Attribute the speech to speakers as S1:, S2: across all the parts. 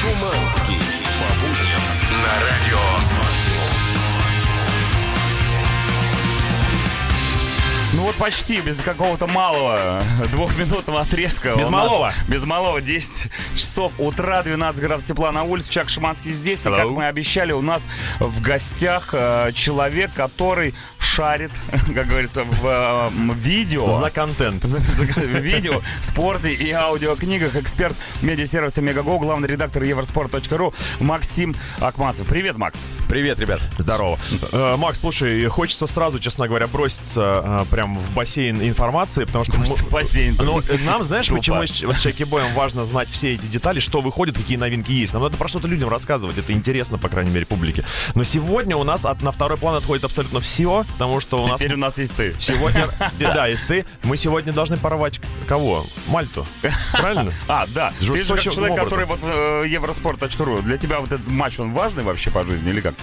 S1: Шуманский. По будням на радио Максимум.
S2: Ну вот почти, без какого-то малого двухминутного отрезка.
S3: Без
S2: У нас-
S3: малого.
S2: без малого. 10 часов утра, 12 градусов тепла на улице. Чак Шиманский здесь. И, как мы обещали, у нас в гостях э, человек, который шарит, как говорится, в э, видео.
S3: За контент.
S2: За- за- видео, спорте и аудиокнигах эксперт медиасервиса Мегаго, главный редактор Евроспорт.ру Максим Акмацев. Привет, Макс.
S3: Привет, ребят. Здорово. Э, Макс, слушай, хочется сразу, честно говоря, броситься э, прям в бассейн информации, потому что... мы-
S2: Бассейн.
S3: Ну, э, нам, знаешь,
S2: Тупо.
S3: почему с Чеки Боем важно знать все эти детали, что выходит, какие новинки есть. Нам надо про что-то людям рассказывать, это интересно, по крайней мере, публике. Но сегодня у нас от- на второй план отходит абсолютно все, потому что у нас...
S2: Теперь у нас есть ты.
S3: Сегодня, да, если ты, мы сегодня должны порвать кого? Мальту. Правильно?
S2: А, да. Ты же как
S3: Жестоким
S2: человек,
S3: образом.
S2: который вот э, Евроспорт.ру. Для тебя вот этот матч, он важный вообще по жизни или как?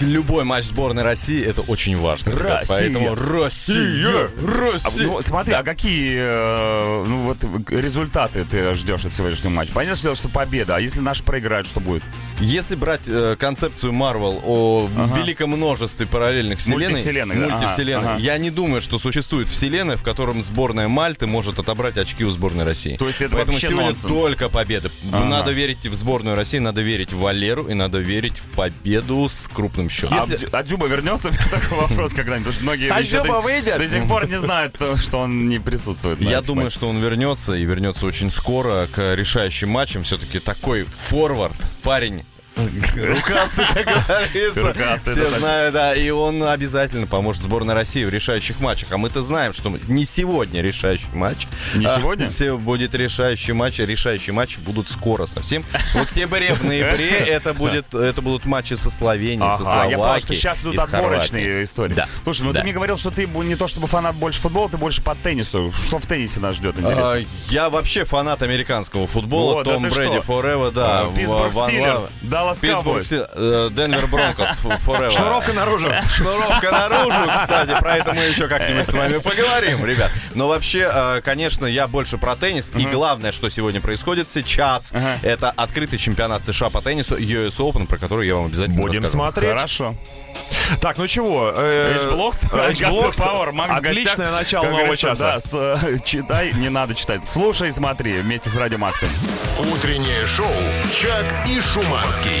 S4: Любой матч сборной России это очень важно. ребят.
S2: Россия!
S4: Поэтому Россия!
S2: А,
S4: Россия!
S2: ну, смотри, а какие э, ну, вот, э, результаты ты ждешь от сегодняшнего матча? Понятно дело, что победа. А если наши проиграют, что будет?
S4: Если брать э, концепцию Marvel о
S2: Ага.
S4: великом множестве параллельных вселенной,
S2: Мультивселенных, да,
S4: мультивселенных,
S2: ага, ага.
S4: я не думаю, что существует вселенная, в котором сборная Мальты может отобрать очки у сборной России.
S2: То есть это
S4: Поэтому
S2: вообще
S4: сегодня
S2: нонсенс.
S4: только победа.
S2: Ага.
S4: Надо верить в сборную России, надо верить в Валеру и надо верить в победу с крупным счетом.
S2: А Дю- А Дюба вернется? У меня такой вопрос когда-нибудь. Потому что Многие
S3: А
S2: еще
S3: Дюба
S2: до-
S3: выйдет?
S2: До сих пор не знают, э, что он не присутствует. на
S4: Я
S2: этом
S4: думаю,
S2: матче.
S4: что он вернется и вернется очень скоро к решающим матчам. Все-таки такой форвард, парень. Рукастый, как говорится.
S2: Рукастый, это
S4: Все
S2: точно.
S4: знают, да. И он обязательно поможет сборной России в решающих матчах. А мы-то знаем, что мы- не сегодня решающий матч.
S2: Не
S4: А
S2: сегодня?
S4: Все будет решающий матч. и Решающие матчи будут скоро совсем. В октябре, в ноябре это будет, это будут матчи со Словенией, со
S2: Ага, я понял, что
S4: Словакией
S2: сейчас
S4: и
S2: идут
S4: с Хорватией.
S2: отборочные истории.
S4: Да.
S2: Слушай, ну
S4: Да.
S2: ты мне говорил, что ты бу- не то чтобы фанат больше футбола, ты больше по теннису. Что в теннисе нас ждет, интересно?
S4: А, Я вообще фанат американского футбола.
S2: О, да
S4: Том
S2: ты
S4: Брэди
S2: что?
S4: Forever, да.
S2: А, Питтсбург
S4: Ван
S2: Стиллерс,
S4: Лав-
S2: Даллас
S4: Питтсбург
S2: Cowboys.
S4: Стил- э, Денвер Бронкос ф- Forever.
S3: Шнуровка наружу.
S4: Шнуровка наружу, кстати. Про это мы еще как-нибудь с вами поговорим, ребят. Но вообще, э, конечно, я больше про теннис. И главное, что сегодня происходит сейчас, это открытый чемпионат США по теннису US Open, про который я вам обязательно
S3: Будем
S4: расскажу.
S3: смотреть.
S2: Хорошо.
S3: Так, ну чего? э, а
S2: H-Blocks,
S3: H-Blocks.
S2: Power, Макс в
S3: Отличное
S2: гостях.
S3: начало
S2: Как
S3: нового
S2: говорится,
S3: часа.
S2: Да, с, э, читай, не надо читать. Слушай и смотри вместе с Радио Максом.
S1: Утреннее шоу Чак и Шуманский.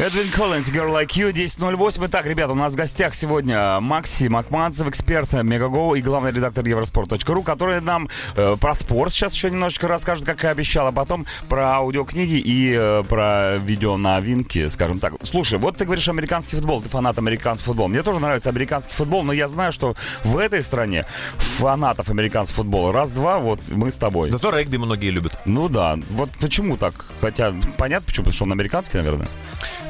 S2: Эдвин Коллинз, Girl Like You, 10.08. Итак, ребята, у нас в гостях сегодня Максим Акманцев, эксперт Мегаго и главный редактор Евроспорт.ру, который нам э, про спорт сейчас еще немножечко расскажет, как и обещал, а потом про аудиокниги и э, про видеоновинки, скажем так. Слушай, вот ты говоришь американский футбол, ты фанат американского футбола. Мне тоже нравится американский футбол, но я знаю, что в этой стране фанатов американского футбола раз-два, вот мы с тобой.
S3: Зато регби многие любят.
S2: Ну да, вот почему так? Хотя понятно почему, потому что он американский, наверное.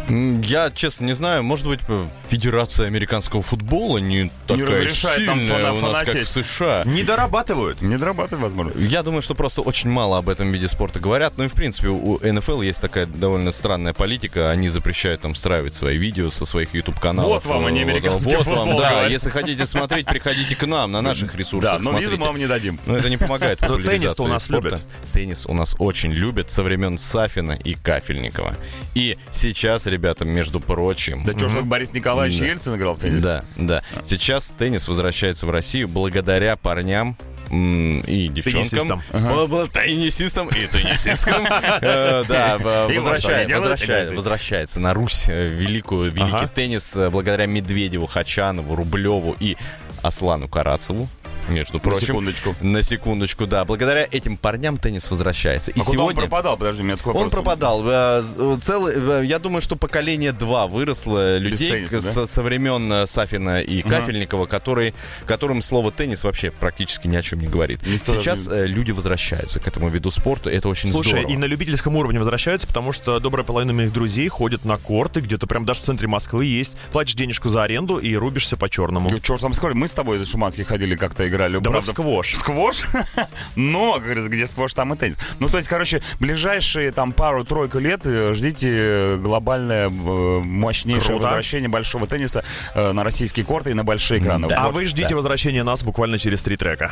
S4: М, Я, честно, не знаю. Может быть, э, Федерация американского футбола не такая
S2: разрешает нам
S4: сильная
S2: фана-
S4: у нас, как
S2: фанатеть.
S4: в США.
S3: Не дорабатывают.
S2: Не дорабатывает, возможно.
S4: Я думаю, что просто очень мало об этом виде спорта говорят. Ну и, в принципе, у НФЛ есть такая довольно странная политика. Они запрещают там встраивать свои видео со своих YouTube-каналов.
S2: Вот вам, а не
S4: Э, вот-
S2: американский
S4: Вот вам,
S2: футбол,
S4: да.
S2: говорят.
S4: Если хотите смотреть, приходите к нам на наших ресурсах.
S2: Да, но визы
S4: смотрите.
S2: мы вам не дадим.
S4: Но это не помогает
S3: Но теннис-то
S4: популяризации
S3: у нас
S4: спорта.
S3: любят.
S4: Теннис у нас очень любят со времен Сафина и Кафельникова. И сейчас, ребята, между прочим...
S2: Да что ж, так Борис Николаевич
S4: Да.
S2: Ельцин играл в теннис? А
S4: Да, да. Сейчас теннис возвращается в Россию благодаря парням м, и девчонкам.
S3: Теннисистам.
S4: Бл- бл- Теннисистам и теннисисткам. Э, Да, в-
S2: И вот что
S4: возвращает-
S2: они делают,
S4: возвращает-
S2: играют.
S4: возвращается на Русь э, великую, великий
S3: Ага.
S4: теннис э, благодаря Медведеву, Хачанову, Рублеву и Аслану Карацеву. Между
S2: На
S4: прочим.
S2: секундочку.
S4: На секундочку, да. Благодаря этим парням теннис возвращается. И
S2: А куда он
S4: сегодня...
S2: пропадал? Подожди, у меня такой
S4: Он
S2: вопрос.
S4: пропадал. Э, з- э, Целый, э, я думаю, что поколение два выросло людей
S2: тенниса,
S4: к-
S2: да?
S4: со, со времен э, Сафина и Кафельникова, которые, которым слово теннис вообще практически ни о чем не говорит.
S2: Никто даже
S4: Сейчас э, люди возвращаются к этому виду спорта, это очень
S3: Слушай,
S4: здорово.
S3: и на любительском уровне возвращаются, потому что добрая половина моих друзей ходит на корты, где-то прям даже в центре Москвы есть. Платишь денежку за аренду и рубишься по-черному.
S2: Ну, чё ж там скоро? Мы с тобой из Шуманских ходили как-то играли.
S3: Да мы в
S2: правда,
S3: сквош.
S2: Сквош? Но, как говорится, где сквош, там и теннис. Ну, то есть, короче, ближайшие там пару-тройку лет э, ждите глобальное э, мощнейшее
S3: Круто.
S2: возвращение большого тенниса э, на российские корты и на большие экраны.
S3: А
S2: Вот.
S3: вы ждите возвращения нас буквально через три трека.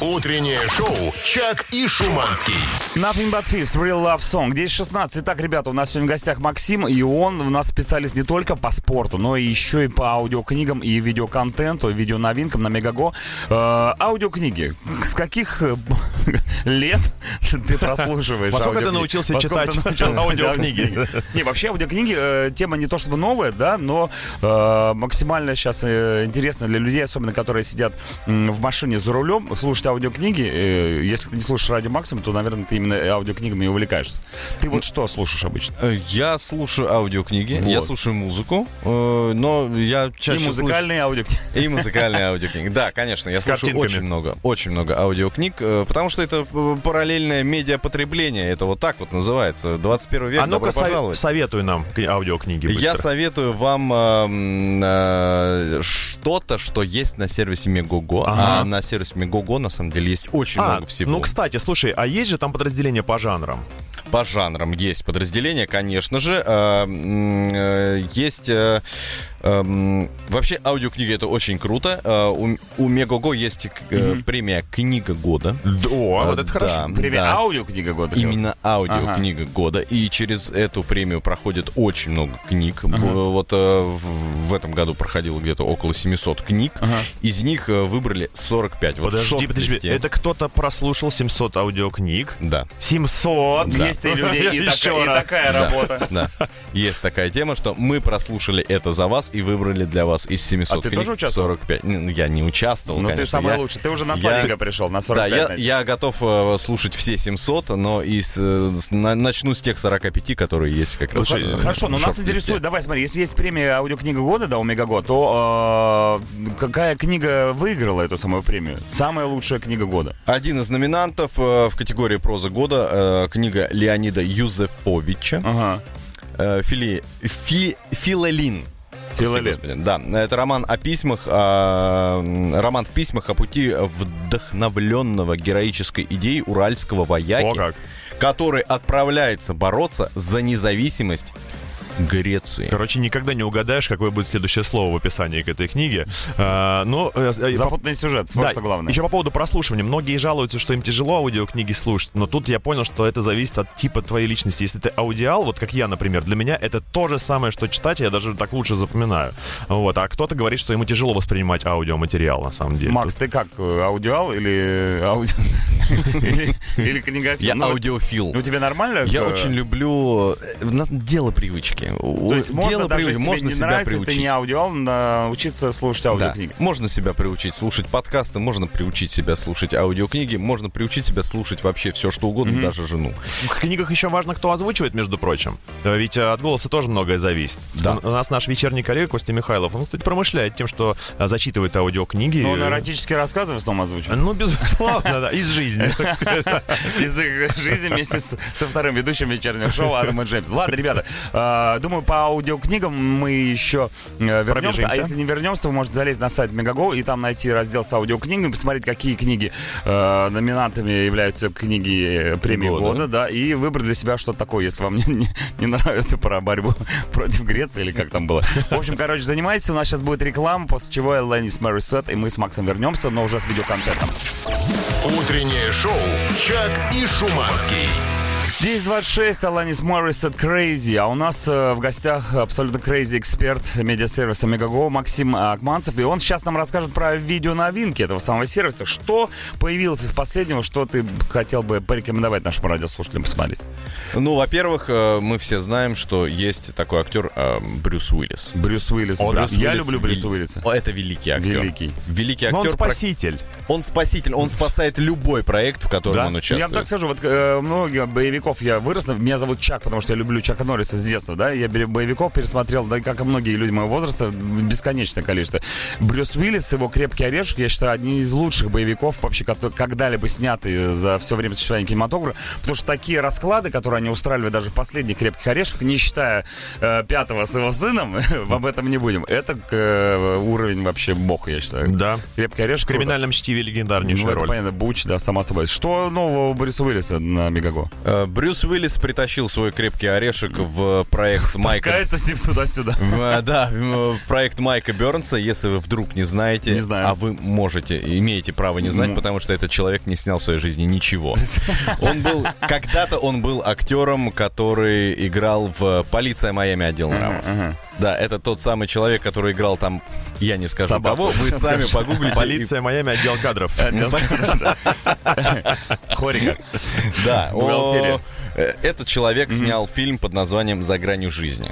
S1: Утреннее шоу «Чак и Шуманский».
S2: Nothing but Thieves, Real Love Song. 10.16. Итак, ребята, у нас сегодня в гостях Максим, и он у нас специалист не только по спорту, но и еще и по аудиокнигам и видеоконтенту, видеоновинкам на Мегаго. Э, аудиокниги. С каких э, лет ты прослушиваешь
S3: Во сколько ты
S2: аудиокниги?
S3: научился
S2: Во сколько
S3: читать
S2: ты научился
S3: аудиокниги?
S2: Не, вообще аудиокниги э, тема не то чтобы новая, да, но э, максимально сейчас э, интересно для людей, особенно которые сидят м, в машине за рулем, слушать аудиокниги. э, если ты не слушаешь радио Максим, то, наверное, ты именно аудиокнигами и увлекаешься. Ты вот что слушаешь обычно?
S4: Э, Я слушаю аудиокниги, я
S2: Вот.
S4: слушаю музыку, э, но я чаще
S2: и
S4: слушаю-
S2: музыкальные аудиокниги.
S4: И музыкальные аудиокниги. Да, конечно, я слушаю
S3: картинками.
S4: очень много, очень много аудиокниг, э, потому что это э, параллельное медиапотребление, это вот так вот называется. 21 век,
S3: А ну-ка
S4: добро
S3: со-
S4: пожаловать.
S3: советуй нам к- аудиокниги
S4: Я
S3: быстро.
S4: советую вам эм, э, что-то, что есть на сервисе Мегого.
S3: Ага.
S4: А на сервисе Мегого, на самом деле, есть очень
S3: А,
S4: много всего.
S3: ну, кстати, слушай, а есть же там подразделение по жанрам?
S4: По жанрам есть подразделения, конечно же. Э, м, э, Есть... э, эм, Вообще, аудиокниги — это очень круто. Э, У у Мегого есть к- э, премия «Книга года».
S3: О,
S4: Э,
S3: А, вот это хорошо.
S4: да,
S2: Премия
S4: да.
S2: аудиокнига года.
S4: Именно аудиокнига года. И через эту премию проходит очень много книг. Б- Вот э, в в этом году проходило где-то около 700 книг.
S2: Ага.
S4: Из них э, выбрали 45. Вот в
S3: Подожди, подожди,
S4: шорт-листе.
S3: это кто-то прослушал 700 аудиокниг?
S4: Да.
S3: 700!
S4: Да.
S2: Есть и людей, и, такая-
S3: Еще
S2: и
S3: раз.
S2: такая
S4: Да,
S2: работа.
S4: Да. Есть такая тема, что мы прослушали это за вас и выбрали для вас из 700
S2: А ты
S4: книг
S2: тоже участвовал?
S4: 45. Не, ну, Я не участвовал,
S2: Ну, ты
S4: конечно.
S2: самый
S4: Я-
S2: лучший. Ты уже на
S4: я-
S2: сладенько пришел, на 45.
S4: Да, я,
S2: значит.
S4: я готов э, слушать все 700, но и с- э, с- на- начну с тех 45, которые есть как раз.
S2: Слушай,
S4: э,
S2: Ну, хорошо, но
S4: в
S2: нас
S4: шорт-листе.
S2: интересует, давай смотри, если есть премия аудиокнига года, да, у Мегаго, то э, какая книга выиграла эту самую премию? Самая лучшая книга года.
S4: Один из номинантов э, в категории проза года э, книга Леонида Юзефовича
S2: Ага.
S4: э, Фили, Фи- Филолин.
S2: Филолин.
S4: Господи, Да, это роман о письмах, а, м, роман в письмах о пути вдохновленного героической идеей уральского
S3: О,
S4: вояки,
S3: как.
S4: который отправляется бороться за независимость Греции.
S3: Короче, никогда не угадаешь, какое будет следующее слово в описании к этой книге. А, но... э, э, по-
S2: Запутанный сюжет, вот что главное.
S3: Еще по поводу прослушивания. Многие жалуются, что им тяжело аудиокниги слушать, но тут я понял, что это зависит от типа твоей личности. Если ты аудиал, вот как я, например, для меня это то же самое, что читать, а я даже так лучше запоминаю. Вот. А кто-то говорит, что ему тяжело воспринимать аудиоматериал, на самом деле.
S2: Макс, ты как, э, аудиал или ауди- или- или книгофил?
S4: Я
S2: Ну, вот-
S4: аудиофил.
S2: Ну, тебе нормально?
S4: Я
S2: что-
S4: очень люблю... э, на- Дело привычки.
S2: То есть можно,
S4: дело
S2: даже
S4: привычки,
S2: если тебе
S4: можно
S2: не
S4: себя
S2: нравится,
S4: приучить.
S2: ты не аудиал, научиться слушать
S4: Да.
S2: аудиокниги.
S4: Можно себя приучить слушать подкасты, можно приучить себя слушать аудиокниги, можно приучить себя слушать вообще все, что угодно, даже жену.
S3: В книгах еще важно, кто озвучивает, между прочим. Э, Ведь э, от голоса тоже многое зависит.
S4: Да.
S3: У у нас наш вечерний коллега Костя Михайлов, он, кстати, промышляет тем, что э, зачитывает аудиокниги.
S2: Ну, он эротические рассказы в основном озвучивает.
S3: Ну, безусловно, да, из жизни. так сказать.
S2: из их жизни вместе с- со вторым ведущим вечернего шоу Адамом Джеймс. Ладно, ребята, э, думаю, по аудиокнигам мы еще э, вернемся. А
S3: Пробежимся.
S2: если не вернемся, то вы можете залезть на сайт Мегаго и там найти раздел с аудиокнигами, посмотреть, какие книги э, номинантами являются книги э, премии
S4: Года.
S2: года, да, и выбрать для себя что-то такое, если вам не, не- не нравится про борьбу против Греции или как там было. В общем, короче, занимайтесь. У нас сейчас будет реклама, после чего Элленис Мэри Сет, и мы с Максом вернемся, но уже с видеоконтентом.
S1: Утреннее шоу «Чак и Шуманский».
S2: 10.26, Аланис Моррис от Crazy, а у нас э, в гостях абсолютно Crazy эксперт медиасервиса Мегаго Максим э, Акманцев, и он сейчас нам расскажет про видеоновинки этого самого сервиса. Что появилось из последнего, что ты хотел бы порекомендовать нашим радиослушателям посмотреть?
S4: Ну, во-первых, э, мы все знаем, что есть такой актер э, Брюс Уиллис.
S2: Брюс Уиллис.
S4: Брюс Уиллис
S2: Я люблю
S4: вели-
S2: Брюса Уиллиса.
S4: О, Это великий актер.
S2: Великий.
S4: Великий
S3: Но
S4: актер.
S3: Он
S4: прак-
S3: спаситель.
S4: он спаситель. Он спасает любой проект, в котором он
S2: Я
S4: участвует.
S2: вам так скажу, вот э, многих боевиков я вырос, на- меня зовут Чак, потому что я люблю Чака Норриса с детства, да, я бере- боевиков пересмотрел, да, и как и многие люди моего возраста, бесконечное количество. Брюс Уиллис, его «Крепкий орешек», я считаю, одни из лучших боевиков вообще, которые когда-либо сняты за все время существования кинематографа, потому что такие расклады, которые которую они устраивали даже в последних крепких орешках, не считая э, пятого с его сыном, об этом не будем. Это э, уровень вообще бог, я считаю.
S3: Да.
S2: Крепкий орешек.
S3: В криминальном чтиве
S2: круто. Ну,
S3: легендарнейшая
S2: это
S3: роль.
S2: понятно, Буч, да, сама собой. Что нового у Бориса Уиллиса на Мегаго?
S4: Э, Брюс Уиллис притащил свой крепкий орешек в проект Майка.
S2: Кается с ним туда-сюда.
S4: в, э, Да, в в проект Майка Бернса, если вы вдруг не знаете,
S2: Не знаю.
S4: а вы можете, имеете право не знать,
S2: Ну.
S4: потому что этот человек не снял в своей жизни ничего. Он был, когда-то он был актером, который играл в «Полиция Майами» отдел нравов. Да, это тот самый человек, который играл там, я не скажу
S2: Собаку.
S4: кого, вы
S2: Сейчас
S4: сами
S2: скажешь.
S4: погуглите. и-
S3: Полиция Майами, отдел кадров.
S2: Э, Хорика.
S4: Да, о,
S2: Бухгалтерия.
S4: э, этот человек снял фильм под названием «За гранью жизни».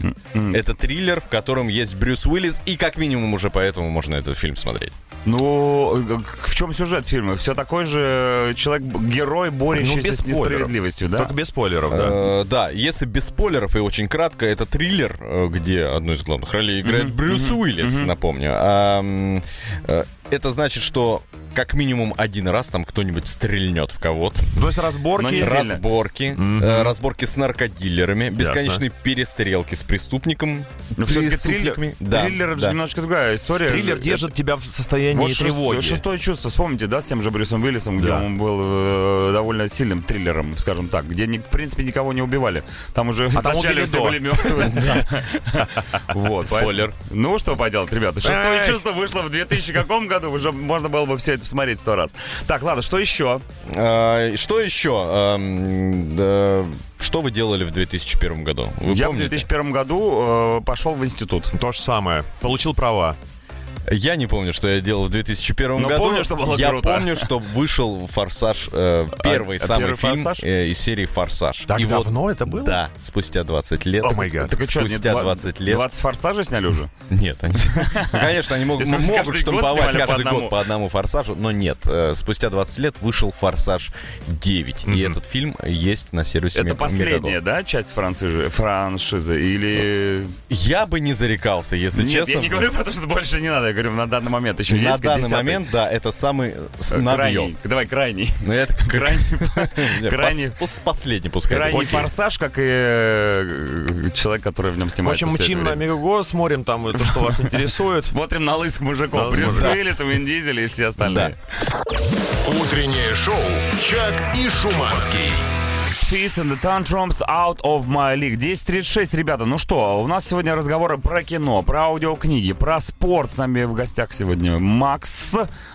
S4: Это триллер, в котором есть Брюс Уиллис, и как минимум уже поэтому можно этот фильм смотреть.
S2: Ну, к- в чем сюжет фильма? Все такой же человек-герой, борющийся
S3: без
S2: с несправедливостью, да?
S3: Только без спойлеров, да.
S4: Э, Да, если без спойлеров и очень кратко, это триллер, э, где одну из главных ролей играет Брюс Уиллис, напомню. А, м, э, Это значит, что как минимум один раз там кто-нибудь стрельнет в кого-то.
S3: То есть
S2: Но не
S3: разборки...
S2: сильно.
S4: Разборки, э, разборки с наркодилерами, бесконечные перестрелки с преступником.
S2: Но все-таки Ну, триллер,
S4: преступниками. Да,
S2: триллер это
S4: да.
S2: же немножко другая история.
S3: Триллер держит тебя в состоянии
S2: Вот шест-
S3: тревоги.
S2: шестое чувство, вспомните, да, с тем же Брюсом Уиллисом, где
S3: Да.
S2: он был э, довольно сильным триллером, скажем так, где, ни- в принципе, никого не убивали. Там уже
S4: А
S3: там
S2: изначально
S3: убили
S2: все
S3: до.
S2: были мертвы. Вот.
S4: Спойлер.
S2: поэтому- Ну, что поделать, ребята. Шестое
S3: Эх.
S2: чувство вышло в 2000 каком году, уже можно было бы все это посмотреть сто раз. Так, ладно, что еще?
S4: А, и Что еще? Ам, да, Что вы делали в 2001 году? Вы
S2: Я в
S4: помните?
S2: 2001 году э, пошел в институт.
S3: То же самое. Получил права.
S4: Я не помню, что я делал в 2001
S2: Но
S4: году.
S2: помню, что было
S4: я
S2: круто.
S4: помню, что вышел «Форсаж», э, первый
S2: а
S4: самый
S2: первый
S4: фильм
S2: «Форсаж»?
S4: э, из серии «Форсаж».
S3: Так
S4: И вот-
S3: давно это было?
S4: Да, спустя 20 лет.
S3: О май гад.
S2: Так и что, они
S4: Спустя
S2: два-
S4: 20 лет.
S2: 20 форсажей сняли уже?
S4: Нет, они... Ну, Конечно, они могут,
S2: Если бы
S4: могут
S2: каждый год
S4: штамповать
S2: снимали по
S4: каждый
S2: одному.
S4: год по одному «Форсажу», но нет. Э, Спустя 20 лет вышел «Форсаж 9», и этот фильм есть на сервисе
S2: Это
S4: Мег- Мегаго.
S2: последняя, да, часть франшизы, франшизы? Или...
S4: Я бы не зарекался, если
S2: Нет,
S4: честно.
S2: я не говорю про то, что больше не надо. Я говорю, на данный момент еще
S4: На
S2: есть
S4: данный
S2: десятый.
S4: момент, да, это самый с-
S2: Э,
S4: надъем.
S2: Крайний. Давай, крайний.
S4: Ну, это
S2: Крайний,
S4: Не,
S2: крайний-
S4: пос- пос- последний пускай.
S2: крайний
S4: будет.
S2: форсаж, как и э, человек, который в нем
S3: В
S2: снимается.
S3: общем,
S2: всё это
S3: мчим на
S2: время.
S3: Мегаго, смотрим там то, что вас интересует.
S2: Смотрим на лысых
S3: На
S2: мужиков.
S3: лысых
S2: Брюс
S3: мужиков.
S2: Уиллис, Вин Дизель и все остальные.
S4: Да.
S1: Утреннее шоу «Чак и Шуманский».
S2: Fits and the Tantrums Out of My League. 10.36, ребята. Ну что, у нас сегодня разговоры про кино, про аудиокниги, про спорт. С нами в гостях сегодня Макс.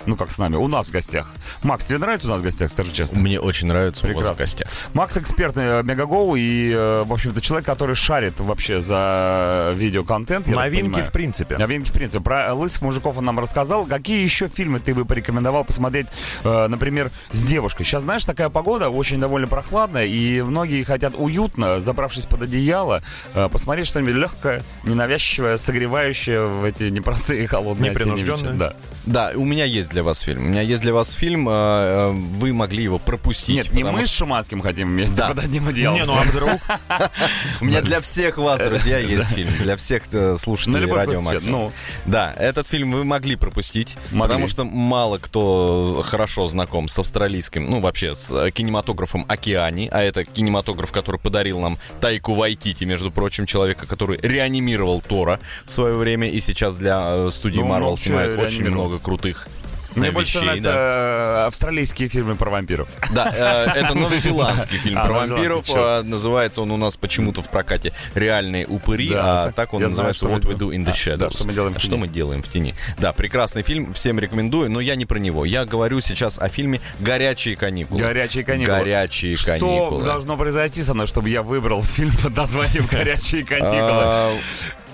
S2: Ну как с нами? У нас в гостях. Макс, тебе нравится у нас в гостях, скажи честно?
S4: Мне очень нравится у вас
S2: Прекрасно.
S4: в гостях.
S2: Макс эксперт э, Мегагоу и, э, в общем-то, человек, который шарит вообще за видеоконтент. я так
S3: Новинки,
S2: понимаю.
S3: в принципе.
S2: Новинки, в принципе. Про э, лысых мужиков он нам рассказал. Какие еще фильмы ты бы порекомендовал посмотреть, э, например, с девушкой? Сейчас, знаешь, такая погода очень довольно прохладная, и многие хотят уютно, забравшись под одеяло, э, посмотреть что-нибудь легкое, ненавязчивое, согревающее в эти непростые холодные осенние вечера.
S3: Непринужденное.
S2: Да.
S4: Да, у меня есть для вас фильм. У меня есть для вас фильм. э, э, Вы могли его пропустить.
S2: Нет, не
S4: потому
S2: мы с Шуманским хотим вместе
S4: Да.
S2: под одним одеялом.
S3: Не, ну а вдруг?
S4: что- У меня для всех вас, друзья, есть фильм. Для всех э,
S2: На
S4: слушателей
S2: любой
S4: радио
S2: вкус и
S4: Максим.
S2: цвет. Ну,
S4: Да, этот фильм вы могли пропустить,
S2: Могли.
S4: потому что мало кто хорошо знаком с австралийским, ну вообще с э, кинематографом Океани, а это кинематограф, который подарил нам Тайку Вайтити, между прочим, человека, который реанимировал Тора в свое время, и сейчас для э, студии
S2: Ну, он
S4: Marvel
S2: вообще
S4: снимает очень
S2: реанимировал.
S4: много крутых э,
S2: мне больше
S4: вещей,
S2: нравятся
S4: да.
S2: э, австралийские фильмы про вампиров.
S4: Да, э, это новозеландский фильм
S2: А,
S4: про
S2: новозеландский,
S4: вампиров.
S2: чёрт.
S4: э, Называется он у нас почему-то в прокате «Реальные упыри»,
S2: Да,
S4: а так он
S2: я
S4: называется
S2: знаю,
S4: «What
S2: что
S4: we do in the
S2: это.
S4: shadows». А
S2: Да, что мы делаем в
S4: Что
S2: тени.
S4: мы делаем в тени. Да, прекрасный фильм, всем рекомендую, но я не про него. Я говорю сейчас о фильме «Горячие каникулы».
S2: Горячие каникулы.
S4: «Горячие
S2: Что
S4: каникулы».
S2: должно произойти со мной, чтобы я выбрал фильм под названием «Горячие каникулы»?
S4: А,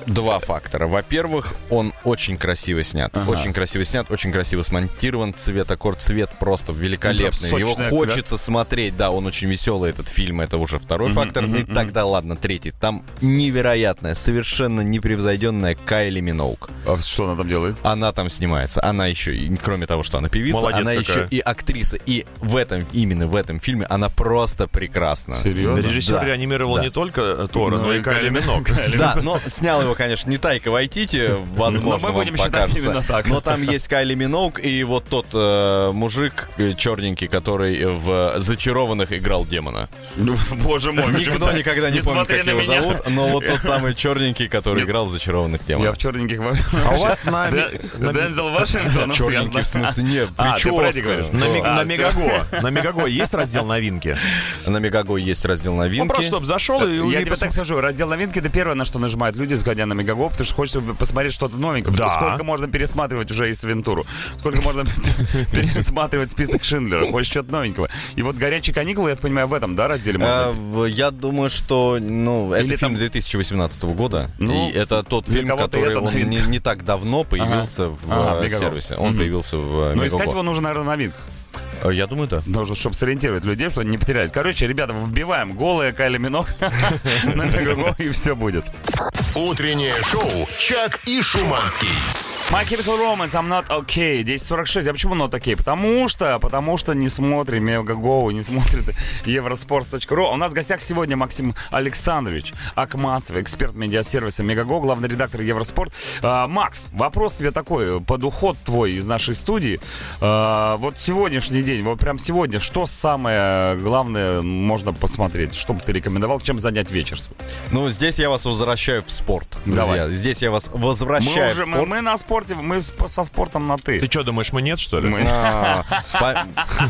S4: Два фактора. Во-первых, он очень красиво снят. Очень красиво снят, очень красиво смонтирован. Цвет, аккорд, цвет просто великолепный.
S2: Ну, прям
S4: Его
S2: сочное,
S4: хочется смотреть. Да, он очень веселый, этот фильм. Это уже второй фактор. И тогда, ладно, третий. Там невероятная, совершенно непревзойденная Кайли Миноук.
S2: А Что она там делает?
S4: Она там снимается. Она еще, и, кроме того, что она певица,
S3: Молодец
S4: она
S3: какая.
S4: еще и актриса. И в этом, именно в этом фильме она просто прекрасна.
S2: Серьезно?
S3: Режиссер
S4: Да.
S3: реанимировал
S4: Да.
S3: не только э, Тора,
S2: Ну
S3: но
S2: и
S3: и
S2: Кайли
S3: Кайли Минок.
S4: Да, но снял Главного, конечно, не Тайка Вайтити, возможно,
S2: Но мы
S4: вам
S2: будем считать
S4: покажется.
S2: именно так.
S4: Но там есть Кайли Миноук и вот тот э, мужик э, черненький, который в «Зачарованных» играл демона.
S2: Ну, Боже мой. почему
S4: Никто
S2: так?
S4: никогда не помнит,
S2: смотри
S4: как
S2: на
S4: его
S2: меня.
S4: зовут, но вот тот самый черненький, который играл в «Зачарованных
S2: Я
S4: демонах».
S2: в черненьких...
S3: А у вас на...
S2: Дэ- Дензел Вашингтон? вот я
S4: Черненький
S2: знаю.
S4: в смысле, не,
S2: ну, А, ты про это
S4: прическа.
S2: говоришь.
S3: На, ми-
S2: А,
S3: на
S2: всё.
S3: Мегаго. На Мегаго есть раздел новинки?
S2: а.
S4: На Мегаго есть раздел
S3: Ну,
S4: новинки.
S3: просто чтобы зашел и...
S2: Я
S3: и
S2: тебе
S3: пос-
S2: так скажу, раздел новинки это первое, на что нажимают люди, заходя на Мегаго, потому что хочется посмотреть что-то новенькое. Потому
S3: Да.
S2: что Сколько можно пересматривать уже из Вентуру? Сколько можно пересматривать список Шиндлера? Хочешь что-то новенького? И вот «Горячие каникулы», я так понимаю, в этом, да, разделе? может
S4: А,
S2: быть?
S4: в- Я думаю, что ну, это
S2: Или
S4: фильм
S2: там-
S4: 2018 года.
S2: Ну,
S4: и это тот
S2: для
S4: фильм,
S2: кого-то
S4: который
S2: это
S4: он
S2: новинка.
S4: не, не так давно появился в
S2: Ага,
S4: э,
S2: Мегаго.
S4: сервисе. Он
S2: Мгм. Ну
S4: появился в э,
S2: Но искать
S4: Мегаго.
S2: его нужно, наверное, новинках.
S4: Э, Я думаю, да.
S2: Нужно, чтобы сориентировать людей, чтобы они не потерялись. Короче, ребята, вбиваем голые Кайли Минок на Мегаго, и все будет.
S1: Утреннее шоу «Чак и Шуманский».
S2: My Chemical Romance, I'm not okay. 10.46. А почему not okay? Потому что, потому что не смотрим Мегаго, не смотрит Евроспорт.ру. А У нас в гостях сегодня Максим Александрович Акмацев, эксперт медиасервиса Мегаго, главный редактор Евроспорт. А, Макс, вопрос тебе такой, под уход твой из нашей студии. А, вот сегодняшний день, вот прям сегодня, что самое главное можно посмотреть? Что бы ты рекомендовал, чем занять вечер? свой?
S4: Ну, здесь я вас возвращаю в спорт, друзья.
S2: Давай.
S4: Здесь я вас
S2: Мы,
S4: возвращаю
S2: уже,
S4: в
S2: мы,
S4: спорт.
S2: мы на спорте, мы с- со спортом на
S3: Ты
S2: «ты».
S3: что, думаешь, мы нет, что ли?
S2: Мы-
S4: А, по-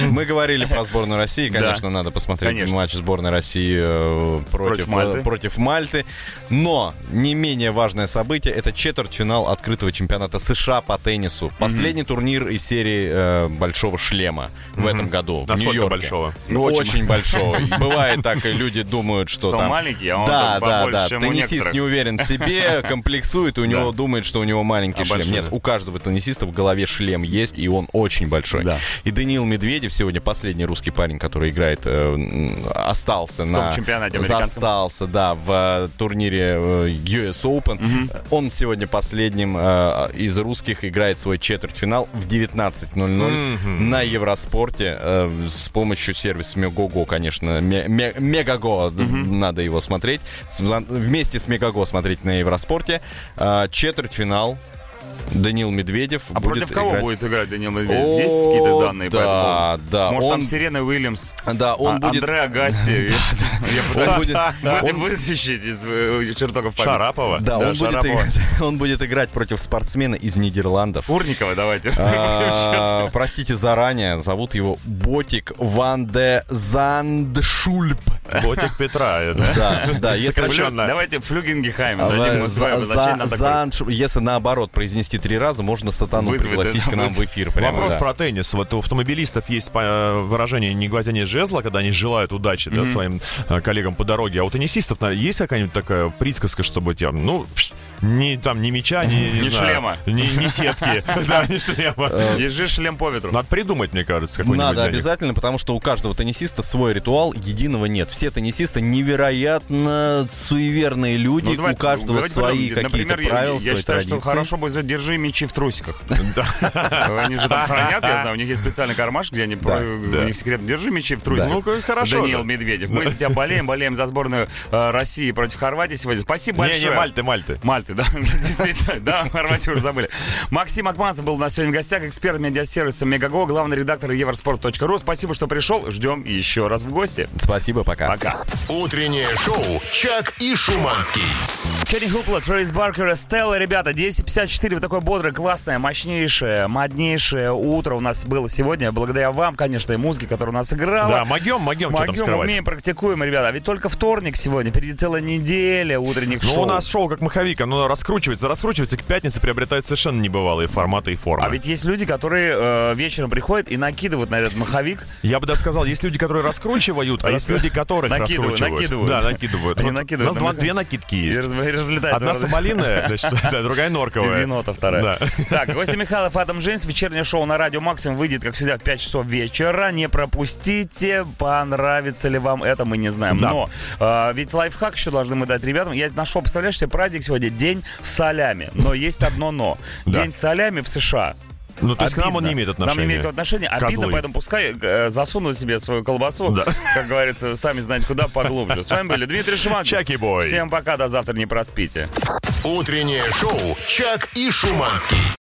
S4: Мы говорили про сборную России, конечно, надо посмотреть
S2: Конечно.
S4: матч сборной России э,
S2: Против
S4: против
S2: Мальты.
S4: э, против Мальты. Но не менее важное событие это четвертьфинал открытого чемпионата США по теннису. Последний турнир из серии э, Большого шлема в этом году. в
S3: Насколько
S4: Нью-Йорке.
S3: большого?
S4: Ну, Очень большого. Бывает так, и люди думают, что
S2: Что
S4: там...
S2: маленький, а он
S4: да,
S2: там
S4: да,
S2: побольше,
S4: да.
S2: чем у
S4: Теннисист
S2: некоторых.
S4: не уверен в себе, комплексует, и у него думает, что у него маленький
S2: А
S4: шлем.
S2: большой
S4: Нет,
S2: же.
S4: у каждого теннисиста в голове шлем есть, и он очень большой.
S2: Да.
S4: И Даниил Медведев сегодня последний русский парень, который играет, э, м, остался на
S2: чемпионате американском.
S4: остался, да, в э, турнире э, US Open. Он сегодня последним э, из русских играет свой четвертьфинал в 19.00 на Евроспорте э, с помощью сервиса Мегаго, конечно, Ме- Ме- Мегаго, д- надо его смотреть. С- за- Вместе с Мегаго смотреть на Евроспорте. Э, Четвертьфинал. Данил Медведев
S2: А
S4: будет
S2: против кого
S4: играть-
S2: будет играть Данил
S4: О,
S2: Медведев? Есть какие-то данные по этому поводу?
S4: Да, да.
S2: Может,
S4: он,
S2: там Сирена Уильямс,
S4: да, он
S2: а-
S4: будет...
S2: Андре Агасси. Я
S4: Он
S2: пытаюсь
S4: будет,
S2: вы-
S4: он-
S2: вытащить из э, чертогов памяти.
S3: Шарапова?
S2: Типа,
S4: Да, он, будет
S2: Шарапова.
S4: играть, он будет играть против спортсмена из Нидерландов.
S2: Фурникова давайте.
S4: А, Простите заранее, зовут его Ботик Ван де Зандшульп.
S3: Готик Петра, э, это.
S4: Да, да, если...
S2: Флю-
S3: сокращенно.
S2: Давайте Флюгенгехайм.
S4: А,
S2: Дадим ему
S4: за-
S2: свое обозначение
S4: за-
S2: на такой.
S4: Зандшульп. Если наоборот произнести три раза, можно сатану
S2: Вызовет
S4: пригласить
S2: это,
S4: к нам в
S2: вызовет.
S4: эфир. прямо,
S3: Вопрос
S4: да.
S3: про теннис. Вот у автомобилистов есть э, выражение «не глотяние жезла», когда они желают удачи да, своим э, коллегам по дороге. А у теннисистов наверное, есть какая-нибудь такая присказка, чтобы тем, ну, пш, ни, там, ни мяча, ни... не
S2: Ни
S3: знаю,
S2: шлема.
S3: Ни, ни сетки. Да, ни шлема.
S2: Ежи шлем по ветру.
S3: Надо придумать, мне кажется, какой-нибудь.
S4: Надо
S3: для них.
S4: обязательно, потому что у каждого теннисиста свой ритуал, единого нет. Все теннисисты невероятно суеверные люди,
S2: Ну, давай-
S4: у каждого
S2: давайте
S4: свои
S2: подумаем.
S4: какие-то
S2: Например, я-
S4: правила,
S2: Я
S4: свои
S2: считаю, что
S4: традиции.
S2: хорошо будет держи мечи в трусиках. Э, Они же там хранят, я знаю, у них есть специальный кармаш, где они про- у них секретно держи мечи в трусиках.
S3: Ну, как хорошо
S2: Даниил
S3: же.
S2: Медведев, мы за тебя болеем, болеем за сборную э, России против Хорватии сегодня. Спасибо большое.
S3: Не, не, Мальты, Мальты.
S2: Мальты, да, действительно, да, Хорватию уже забыли. Максим Акмазов был у нас сегодня в гостях, эксперт медиасервиса Мегаго, главный редактор Евроспорт.ру. Спасибо, что пришел, ждем еще раз в гости.
S4: Спасибо,
S2: Пока.
S1: Утреннее шоу «Чак и Шуманский».
S2: Кенни Хупла, Трэвис Баркер, Стелла, ребята, 10.54, вот такое бодрое, классное, мощнейшее, моднейшее утро у нас было сегодня, благодаря вам, конечно, и музыке, которая у нас играла.
S3: Да, могем, могем, что там
S2: Могем,
S3: скрывать.
S2: умеем, практикуем, ребята. А ведь только вторник сегодня, впереди целая неделя утренних
S3: Ну,
S2: шоу.
S3: у нас шоу как маховик, оно раскручивается, раскручивается, к пятнице приобретает совершенно небывалые форматы и формы.
S2: А ведь есть люди, которые э, вечером приходят и накидывают на этот маховик.
S3: Я бы даже сказал, есть люди, которые раскручивают, а есть
S2: Раска-
S3: люди, которых
S2: Накидывают,
S3: раскручивают.
S2: накидывают.
S3: Да, накидывают.
S2: Они
S3: Вот
S2: накидывают
S3: У нас
S2: на
S3: два-
S2: меха-
S3: две накидки
S2: И
S3: есть.
S2: раз- и разлетается.
S3: Одна
S2: в раз-
S3: соболиная, значит, да, другая
S2: Из
S3: норковая.
S2: енота вторая.
S3: Да.
S2: Так, гости Михайлов, Адам Джеймс. Вечернее шоу на радио Максим выйдет, как всегда, в 5 часов вечера. Не пропустите. Понравится ли вам это, мы не знаем.
S3: Да.
S2: Но э, ведь лайфхак еще должны мы дать ребятам. Я нашел, представляешь себе, праздник сегодня День солями. Но есть одно но.
S3: Да.
S2: День солями в США.
S3: Ну, то есть к нам
S2: Обидно.
S3: он не имеет
S2: Нам не
S3: отношения.
S2: имеет отношения. Обидно,
S3: Козлы.
S2: поэтому пускай э, засунут себе свою колбасу,
S3: Да.
S2: как говорится, сами знаете куда, поглубже. С вами были Дмитрий Шиманко.
S3: Чаки-бой.
S2: Всем пока, до завтра, не проспите.
S1: Утреннее шоу «Чак и Шуманский».